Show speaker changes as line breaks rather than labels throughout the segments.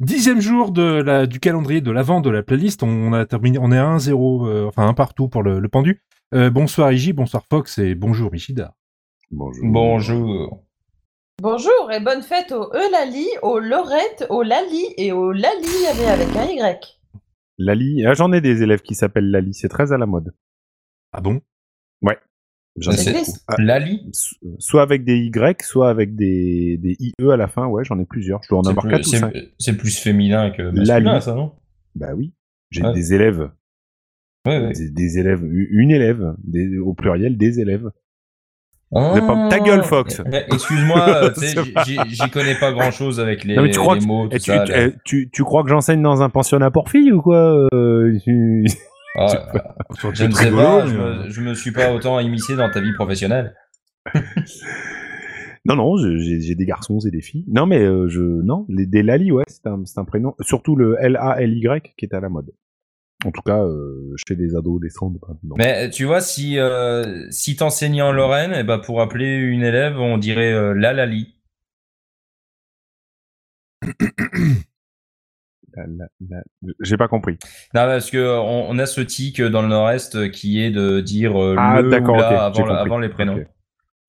Dixième jour de la, du calendrier de l'avant de la playlist, on a terminé, on est à 1-0, euh, enfin un partout pour le, le pendu. Euh, bonsoir Iji, bonsoir Fox et bonjour Ishida.
Bonjour.
Bonjour.
Bonjour et bonne fête E, aux Eulalie, aux Lorette, aux Lali et aux Lali mais avec un Y.
Ah, Lali. Ah, J'en ai des élèves qui s'appellent Lali, c'est très à la mode.
Ah bon
J'en ai
C'est
beaucoup.
triste.
Ah,
Lali,
so- soit avec des Y, soit avec des, des IE à la fin, ouais, j'en ai plusieurs. Je dois en
c'est
avoir
plus,
4 ou 5.
c'est- c'est plus féminin que masculin,
hein. Lali.
ça, non
Bah oui. J'ai
Ouais.
des élèves,
Ouais, ouais.
des, des élèves, u- une élève, des- au pluriel des élèves.
Ah.
Vous êtes pas- Ta gueule, Fox.
Eh, Excuse-moi, euh, tu sais,
C'est
j'y-
pas-
j'y j'y connais pas grand-chose avec les,
Non, mais tu crois
les
que-
mots, tout
Et tu,
ça.
tu-
là.
eh, tu- tu crois que j'enseigne dans un pensionnat pour filles ou quoi euh, tu-
Ah, je ne sais
rigolo,
pas,
mais,
je
euh,
me, je me suis pas autant immiscé dans ta vie professionnelle.
Non, non, je- j'ai j'ai des garçons et des filles. Non, mais euh, je. Non, les, des Lali, ouais, c'est un, c'est un prénom. Surtout le L-A-L-Y qui est à la mode. En tout cas, euh, chez les ados, des sondes. maintenant.
Mais euh, tu vois, si, euh, si t'enseignais en Lorraine, eh ben, pour appeler une élève, on dirait euh, la Lali.
La- la- la- J'ai pas compris.
Non, parce que euh, on, on a ce tic dans le Nord-Est euh, qui est de dire euh,
Ah,
le ou
d'accord,
la
ok, j'ai
avant, la-
compris.
avant les prénoms.
Ok.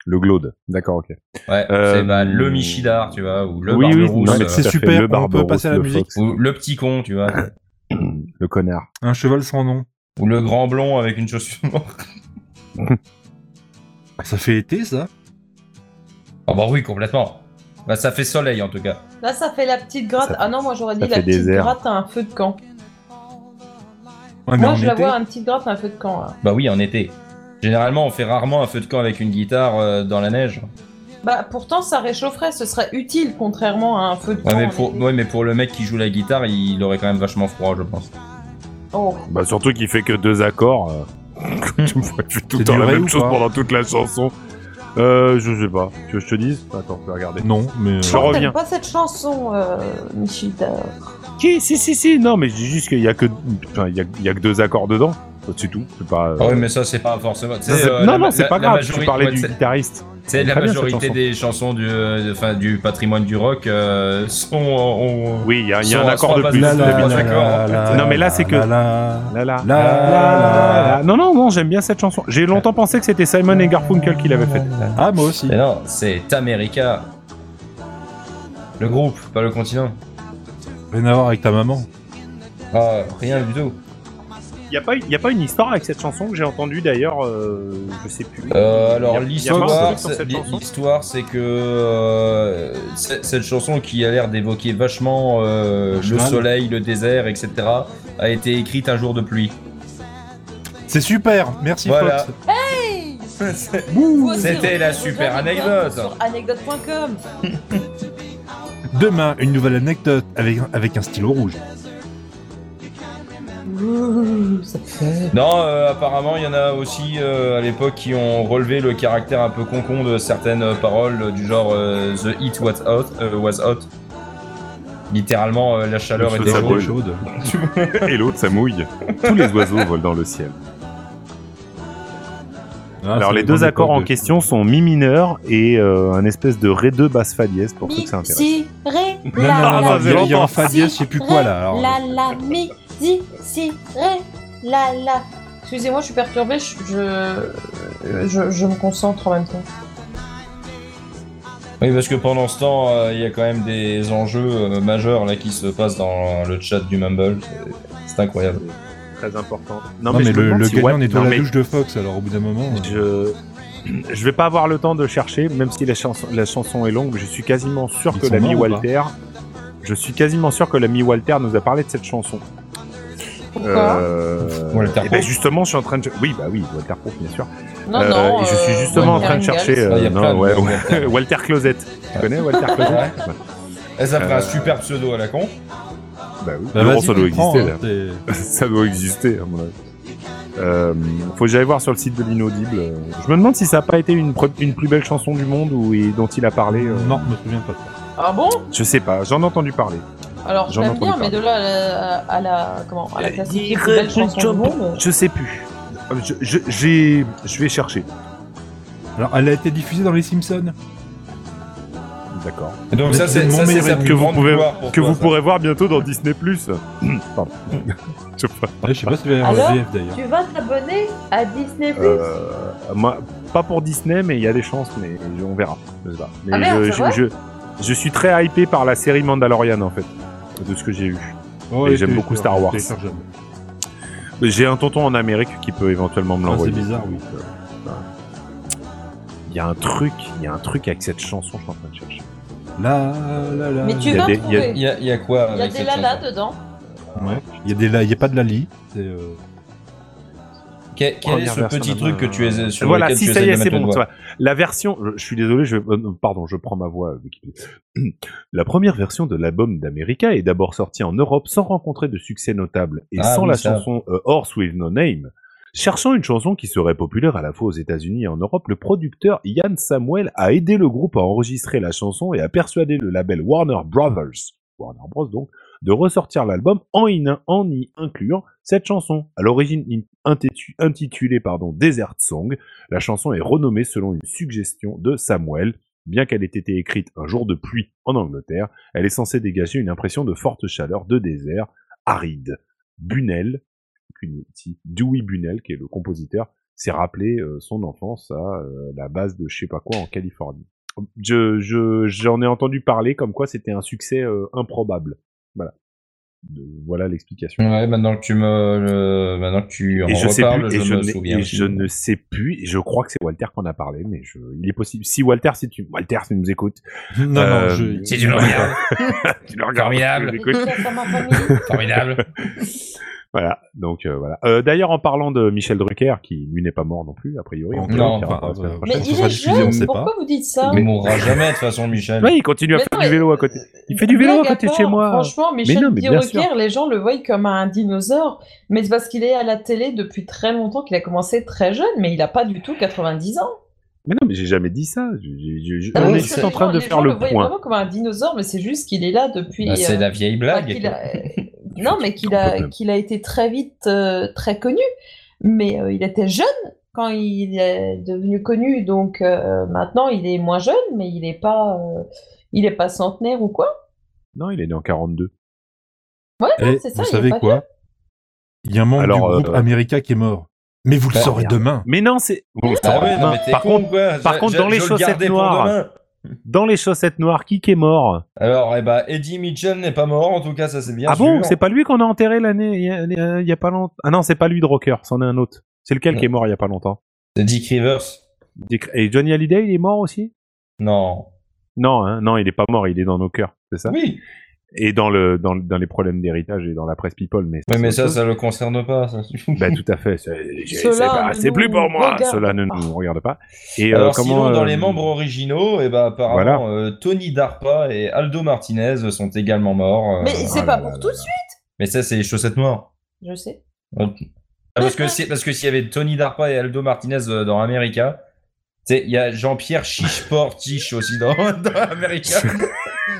Le Glaude, d'accord, ok.
Ouais,
Euh,
c'est bah, le Michidar, tu vois, ou le
Oui, oui,
Barberousse,
non, mais
euh,
c'est
tout à fait,
super,
le
on
Barberousse,
peut passer à la
le
musique.
Fox,
ou le petit con, tu vois,
le connard.
Un cheval sans nom.
ou le grand blond avec une chaussure noire.
Ah, ça fait été ça
Ah bah oui, complètement. Bah ça fait soleil en tout cas.
Là, ça fait la petite gratte.
Ça fait-
ah non, moi j'aurais
ça
dit la
fait
petite
désert.
gratte à un feu de camp.
Ouais, Ah, mais
moi,
en
je la
été.
vois un petite gratte à un feu de camp. hein. là.
Bah oui, en été. Généralement, on fait rarement un feu de camp avec une guitare euh, dans la neige.
Bah, pourtant, ça réchaufferait. Ce serait utile, contrairement à un feu de camp.
Ouais Ah, mais,
en
pour,
été.
ouais, mais pour le mec qui joue la guitare, il aurait quand même vachement froid, je pense.
Oh.
Bah, surtout qu'il fait que deux accords. euh. tu me vois, tu fais tout le
C'est
temps la
duré
même
ou
chose
pas
pendant toute la chanson. Euh, je sais pas. Tu veux que je te dise Attends, je vais
hein.
regarder.
Non, mais
Je
Je
euh,
reviens.
t'aimes pas cette chanson, euh, Michida.
Si, si, si, si. Non, mais je dis juste qu'il y a que, enfin, il y a, il y a que deux accords dedans. C'est tout. C'est pas. euh,
Ah oui, mais ça c'est pas forcément. tu
ça,
sais,
c'est-
euh,
non,
la-
non,
la-
c'est pas
la
grave.
majorité-
Tu parlais
ouais,
du
c'est-
guitariste.
C'est la
Très bien, cette
majorité
chanson.
des chansons du, euh, enfin, du patrimoine du rock euh, sont. ont-
Oui, il y a, il y a
Sur-
un accord
sur
de
la
plus.
base de-
c'est bien.
la-
Non, mais là, c'est que-
la- la-
Là, là.
La, la, la.
Non, non, non, j'aime bien cette chanson. J'ai longtemps pensé que c'était Simon et Garfunkel qui l'avait faite.
Ah, moi aussi.
Mais non, c'est America. Le groupe, pas le continent.
Rien à voir avec ta maman.
Ah, rien du tout.
Il n'y a, pas- y a pas une histoire avec cette chanson que j'ai entendue d'ailleurs, euh, je sais plus.
Euh,
Y
alors
a- y a pas un
l'histoire,
truc sur
c'est-
cette chanson
l'histoire, c'est que euh, c'est- cette chanson qui a l'air d'évoquer vachement euh, le
Mal.
soleil, le désert, etc., a été écrite un jour de pluie.
C'est super, merci
Voilà.
Fox.
Vous aussi,
C'était la
retrouvez
super
Regarde
anecdote.
Sur anecdote.com.
Demain, une nouvelle anecdote avec, avec un stylo rouge.
Ouh, ça fait-
Non, euh, apparemment, il y en a aussi euh, à l'époque qui ont relevé le caractère un peu concon de certaines euh, paroles euh, du genre euh, The heat was hot, euh, was hot. Littéralement, euh, la chaleur
Le feu,
était
ça
chaude.
brûle.
chaude.
Et l'autre, ça mouille. Tous les oiseaux volent dans le ciel.
Ah,
Alors
c'est
les
la
deux
grande
accords
époque
en
de-
question sont mi mineur et euh, un espèce de ré 2 basse fa dièse pour ceux
Mi,
que ça intéresse.
si, ré,
Non, non, non,
Ah, ça,
non,
c'est
il y a- il y a
longtemps.
un fa
Si,
dièse, je sais plus quoi là. alors.
La la mi si si ré la la. Excusez-moi, je suis perturbée, je, je, je, je me concentre en même temps.
Oui, parce que pendant ce temps, euh, il y a quand même des enjeux euh, majeurs là qui se passent dans le chat du Mumble. C'est- C'est incroyable.
Très important.
Non, mais,
je me
le,
demande
le
si-
gagnant
ouais,
est dans
non,
la
mais
douche de Fox, alors au bout d'un moment. euh,
Je je vais pas avoir le temps de chercher, même si la chanson la chanson est longue. Je suis quasiment sûr
Ils
que
sont
l'ami
morts ou pas
Walter. Je suis quasiment sûr que l'ami Walter nous a parlé de cette chanson.
Pourquoi
Euh,
Walter
eh ben,
Proof.
justement, je suis en train de. Oui, bah oui, Walter Proof, bien sûr.
Non,
Euh,
non.
et je suis
euh,
justement en
Walter
train de
Engels.
chercher.
Ah, il y
euh,
a
non,
plein de-
ouais,
de-
ouais. Walter Closette. Tu connais Walter Closette
Ouais. Et ça ferait
Euh,
un super pseudo à la con.
Bah oui.
bah,
Non,
vas-y,
ça doit
tu prends,
exister.
hein, t'es-
ça doit exister, à mon avis. Euh, faut que j'aille voir sur le site de l'inaudible. Euh, Je me demande si ça n'a pas été une, pre- une plus belle chanson du monde ou et dont il a parlé. euh,
Non, je me souviens pas de ça.
Ah bon
Je sais pas, j'en ai entendu parler.
Alors, je
euh, J'en ai
l'aime bien,
entendu
mais de là à la, à la comment à la
Euh,
classifier
dire,
plus belle
euh,
chanson du
Job.
monde.
Je sais plus. Euh, Je, je- j'ai- je vais chercher.
Alors, elle a été diffusée dans Les Simpsons.
D'accord.
Et Donc ça, c'est
Mon
ça, c'est
meilleur
sa
ennemi.
plus
Que vous
grande
pouvez-
gloire pour
Que
toi,
vous
ça.
pourrez voir bientôt dans Disney+. Pardon. Je sais pas.
Ouais, je sais pas si c'est en
Alors
VF d'ailleurs.
Tu vas t'abonner à Disney Plus
Euh, moi, pas pour Disney, mais il y a des chances, mais je- on verra. Je sais pas. Mais
Ah merde,
je,
c'est vrai
je, je- je suis très hypé par la série Mandalorian, en fait, de ce que j'ai vu.
Oh,
Et
ouais,
j'aime
t'es-
beaucoup
t'es-
Star
t'es-
Wars.
t'es- t'es- t'es-
J'ai un tonton en Amérique qui peut éventuellement
Ah,
me
C'est
l'envoyer.
bizarre, oui.
Il y a un truc, il y a un truc avec cette chanson, je suis en train de chercher.
Là, là, là.
Mais tu
il y a
vas
des- il y a-
trouver.
Il y a, il y a quoi
Il y a
avec
des
cette
lalas
chanson
dedans.
Ouais. Il y a des là, il y a pas de Lali. C'est euh,
Quel, quel est
Première
ce
version
petit
de-
truc que tu es sur
Oh, Voilà,
lequel
si
tu
ça
essaies
y
de
est, c'est
mettre le
bon.
doigt
ça va. La version, je- je suis désolé, je, euh, non, pardon, je prends ma voix. euh, Wikipédia. La première version de l'album d'America est d'abord sortie en Europe sans rencontrer de succès notable et
Ah
sans
oui,
la
ça.
chanson euh, Horse with No Name. Cherchant une chanson qui serait populaire à la fois aux États-Unis et en Europe, le producteur Ian Samuel a aidé le groupe à enregistrer la chanson et a persuadé le label Warner Brothers, Warner Bros donc, de ressortir l'album en y, en y incluant cette chanson. À l'origine in- intitu- intitulée pardon, Desert Song, la chanson est renommée selon une suggestion de Samuel. Bien qu'elle ait été écrite un jour de pluie en Angleterre, elle est censée dégager une impression de forte chaleur de désert aride. Bunel, Cunetti, Dewey Bunel, qui est le compositeur, s'est rappelé euh, son enfance à euh, la base de je sais pas quoi en Californie. Je, je- j'en ai entendu parler comme quoi c'était un succès euh, improbable. Voilà. De- voilà l'explication.
Ouais, maintenant que tu me, le- maintenant que tu en
Et je sais
reparles,
plus, et
je,
je,
me
n'ai-
souviens.
et je ne sais plus, et je crois que c'est Walter qu'on a parlé, mais je, il est possible. Si Walter, si tu, Walter, si tu nous écoutes,
Non, non,
Euh,
je.
Si tu me regardes,
tu le
Formidable.
tu nous
Et tu
écoutes.
vas faire ma famille.
formidable.
Voilà, donc euh, voilà. Euh, D'ailleurs, en parlant de Michel Drucker, qui lui n'est pas mort non plus, a priori. on
Encore,
peut
Non,
le dire,
enfin,
pour la semaine
euh,
prochaine.
Mais
pense qu'on
il
sera
est
diffusé, on
jeune,
sait
pourquoi
pas.
vous dites ça
Il mourra jamais de toute façon, Michel.
Ouais, il continue à
Mais
faire
non,
du
mais-
vélo à côté. Il fait du vélo à
Euh, Blague
côté de
part,
chez moi.
Franchement, Michel
non, mais bien
Drucker, les gens le voient comme un dinosaure. Mais c'est parce qu'il est à la télé depuis très longtemps, qu'il a commencé très jeune, mais il n'a pas du tout 90 ans.
Mais non, mais j'ai jamais dit ça. Je- je- je- je-
Ah,
on
mais
est
parce que
juste en
les
train
gens-
de
les
faire
gens
le
voient
point.
vraiment comme un dinosaure, mais c'est juste qu'il est là depuis.
Bah, c'est
euh,
la vieille
enfin,
blague.
qu'il a- euh, Non, mais qu'il a,
Complètement.
qu'il a été très vite euh, très connu. Mais euh, il était jeune quand il est devenu connu, donc euh, maintenant il est moins jeune, mais il n'est pas, euh, il est pas centenaire ou quoi.
Non, il est né en 42.
Eh,
c'est
vous
ça, il est
savez
pas
quoi Il y a un membre
Alors,
du groupe
euh,
América qui est mort. Mais vous le
Bah,
saurez
merde.
demain.
Mais non, c'est. Bon,
Ah
ça-
ouais, non, mais t'es
par
con,
contre,
quoi.
par
Je-
contre,
je-
dans les
je le
chaussettes
gardais pour
noires.
demain.
dans les chaussettes noires, qui qui est mort
Alors, eh ben, Eddie Mitchell n'est pas mort, en tout cas, ça c'est bien
Ah bon
sûr.
C'est pas lui qu'on a enterré l'année il y a- il y, a pas longtemps. Ah non, c'est pas lui de Rocker, c'en est un autre. C'est lequel qui est mort il y a pas longtemps
C'est Dick Rivers
Dick- Et Johnny Hallyday, il est mort aussi
Non.
Non, hein, non, il est pas mort, il est dans nos cœurs, c'est ça
Oui,
Et dans le dans, le- dans les problèmes d'héritage et dans la presse people, mais.
Ouais, mais
c'est
ça,
autre
ça le concerne pas. ça.
chose. Bah, tout à fait. c'est-
Cela
C'est bah,
ne
c'est
nous
plus pour moi.
regarde
Cela ne
pas.
nous regarde pas. Et euh,
Alors,
comment
sinon, dans
euh,
les membres originaux, eh ben, apparemment, euh, Tony Darpa et Aldo Martinez sont également morts. euh,
Mais c'est
ah
pas
là
pour
là
tout de suite,
mais ça, c'est les chaussettes noires.
je sais.
Ok. Ah, parce que si- parce que s'il y avait Tony Darpa et Aldo Martinez euh, dans America, tu sais, il y a Jean-Pierre Chiche-Portiche aussi dans, dans America.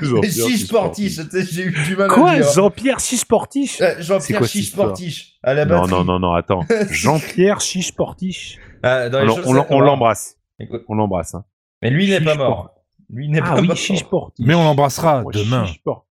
Jean-Pierre
Chiche-Portiche, tu sais, j'ai eu du mal à
Quoi,
dire.
Jean-Pierre Chisportiche
Euh,
C'est
Jean-Pierre
quoi cette
Chiche-Portiche à la
Non,
batterie.
non, non, non, attends. Jean-Pierre Chisportiche.
Ah, dans
On
les
l'em-
chaussettes
on l'em- on
noires.
l'embrasse.
Écoute.
On l'embrasse. Hein.
Mais lui, il n'est pas
Chiche-Port-
mort. Lui, il n'est
Ah
pas
oui,
mort.
Chisportiche.
Mais on l'embrassera
Oh,
Ah, demain.
Chicheport-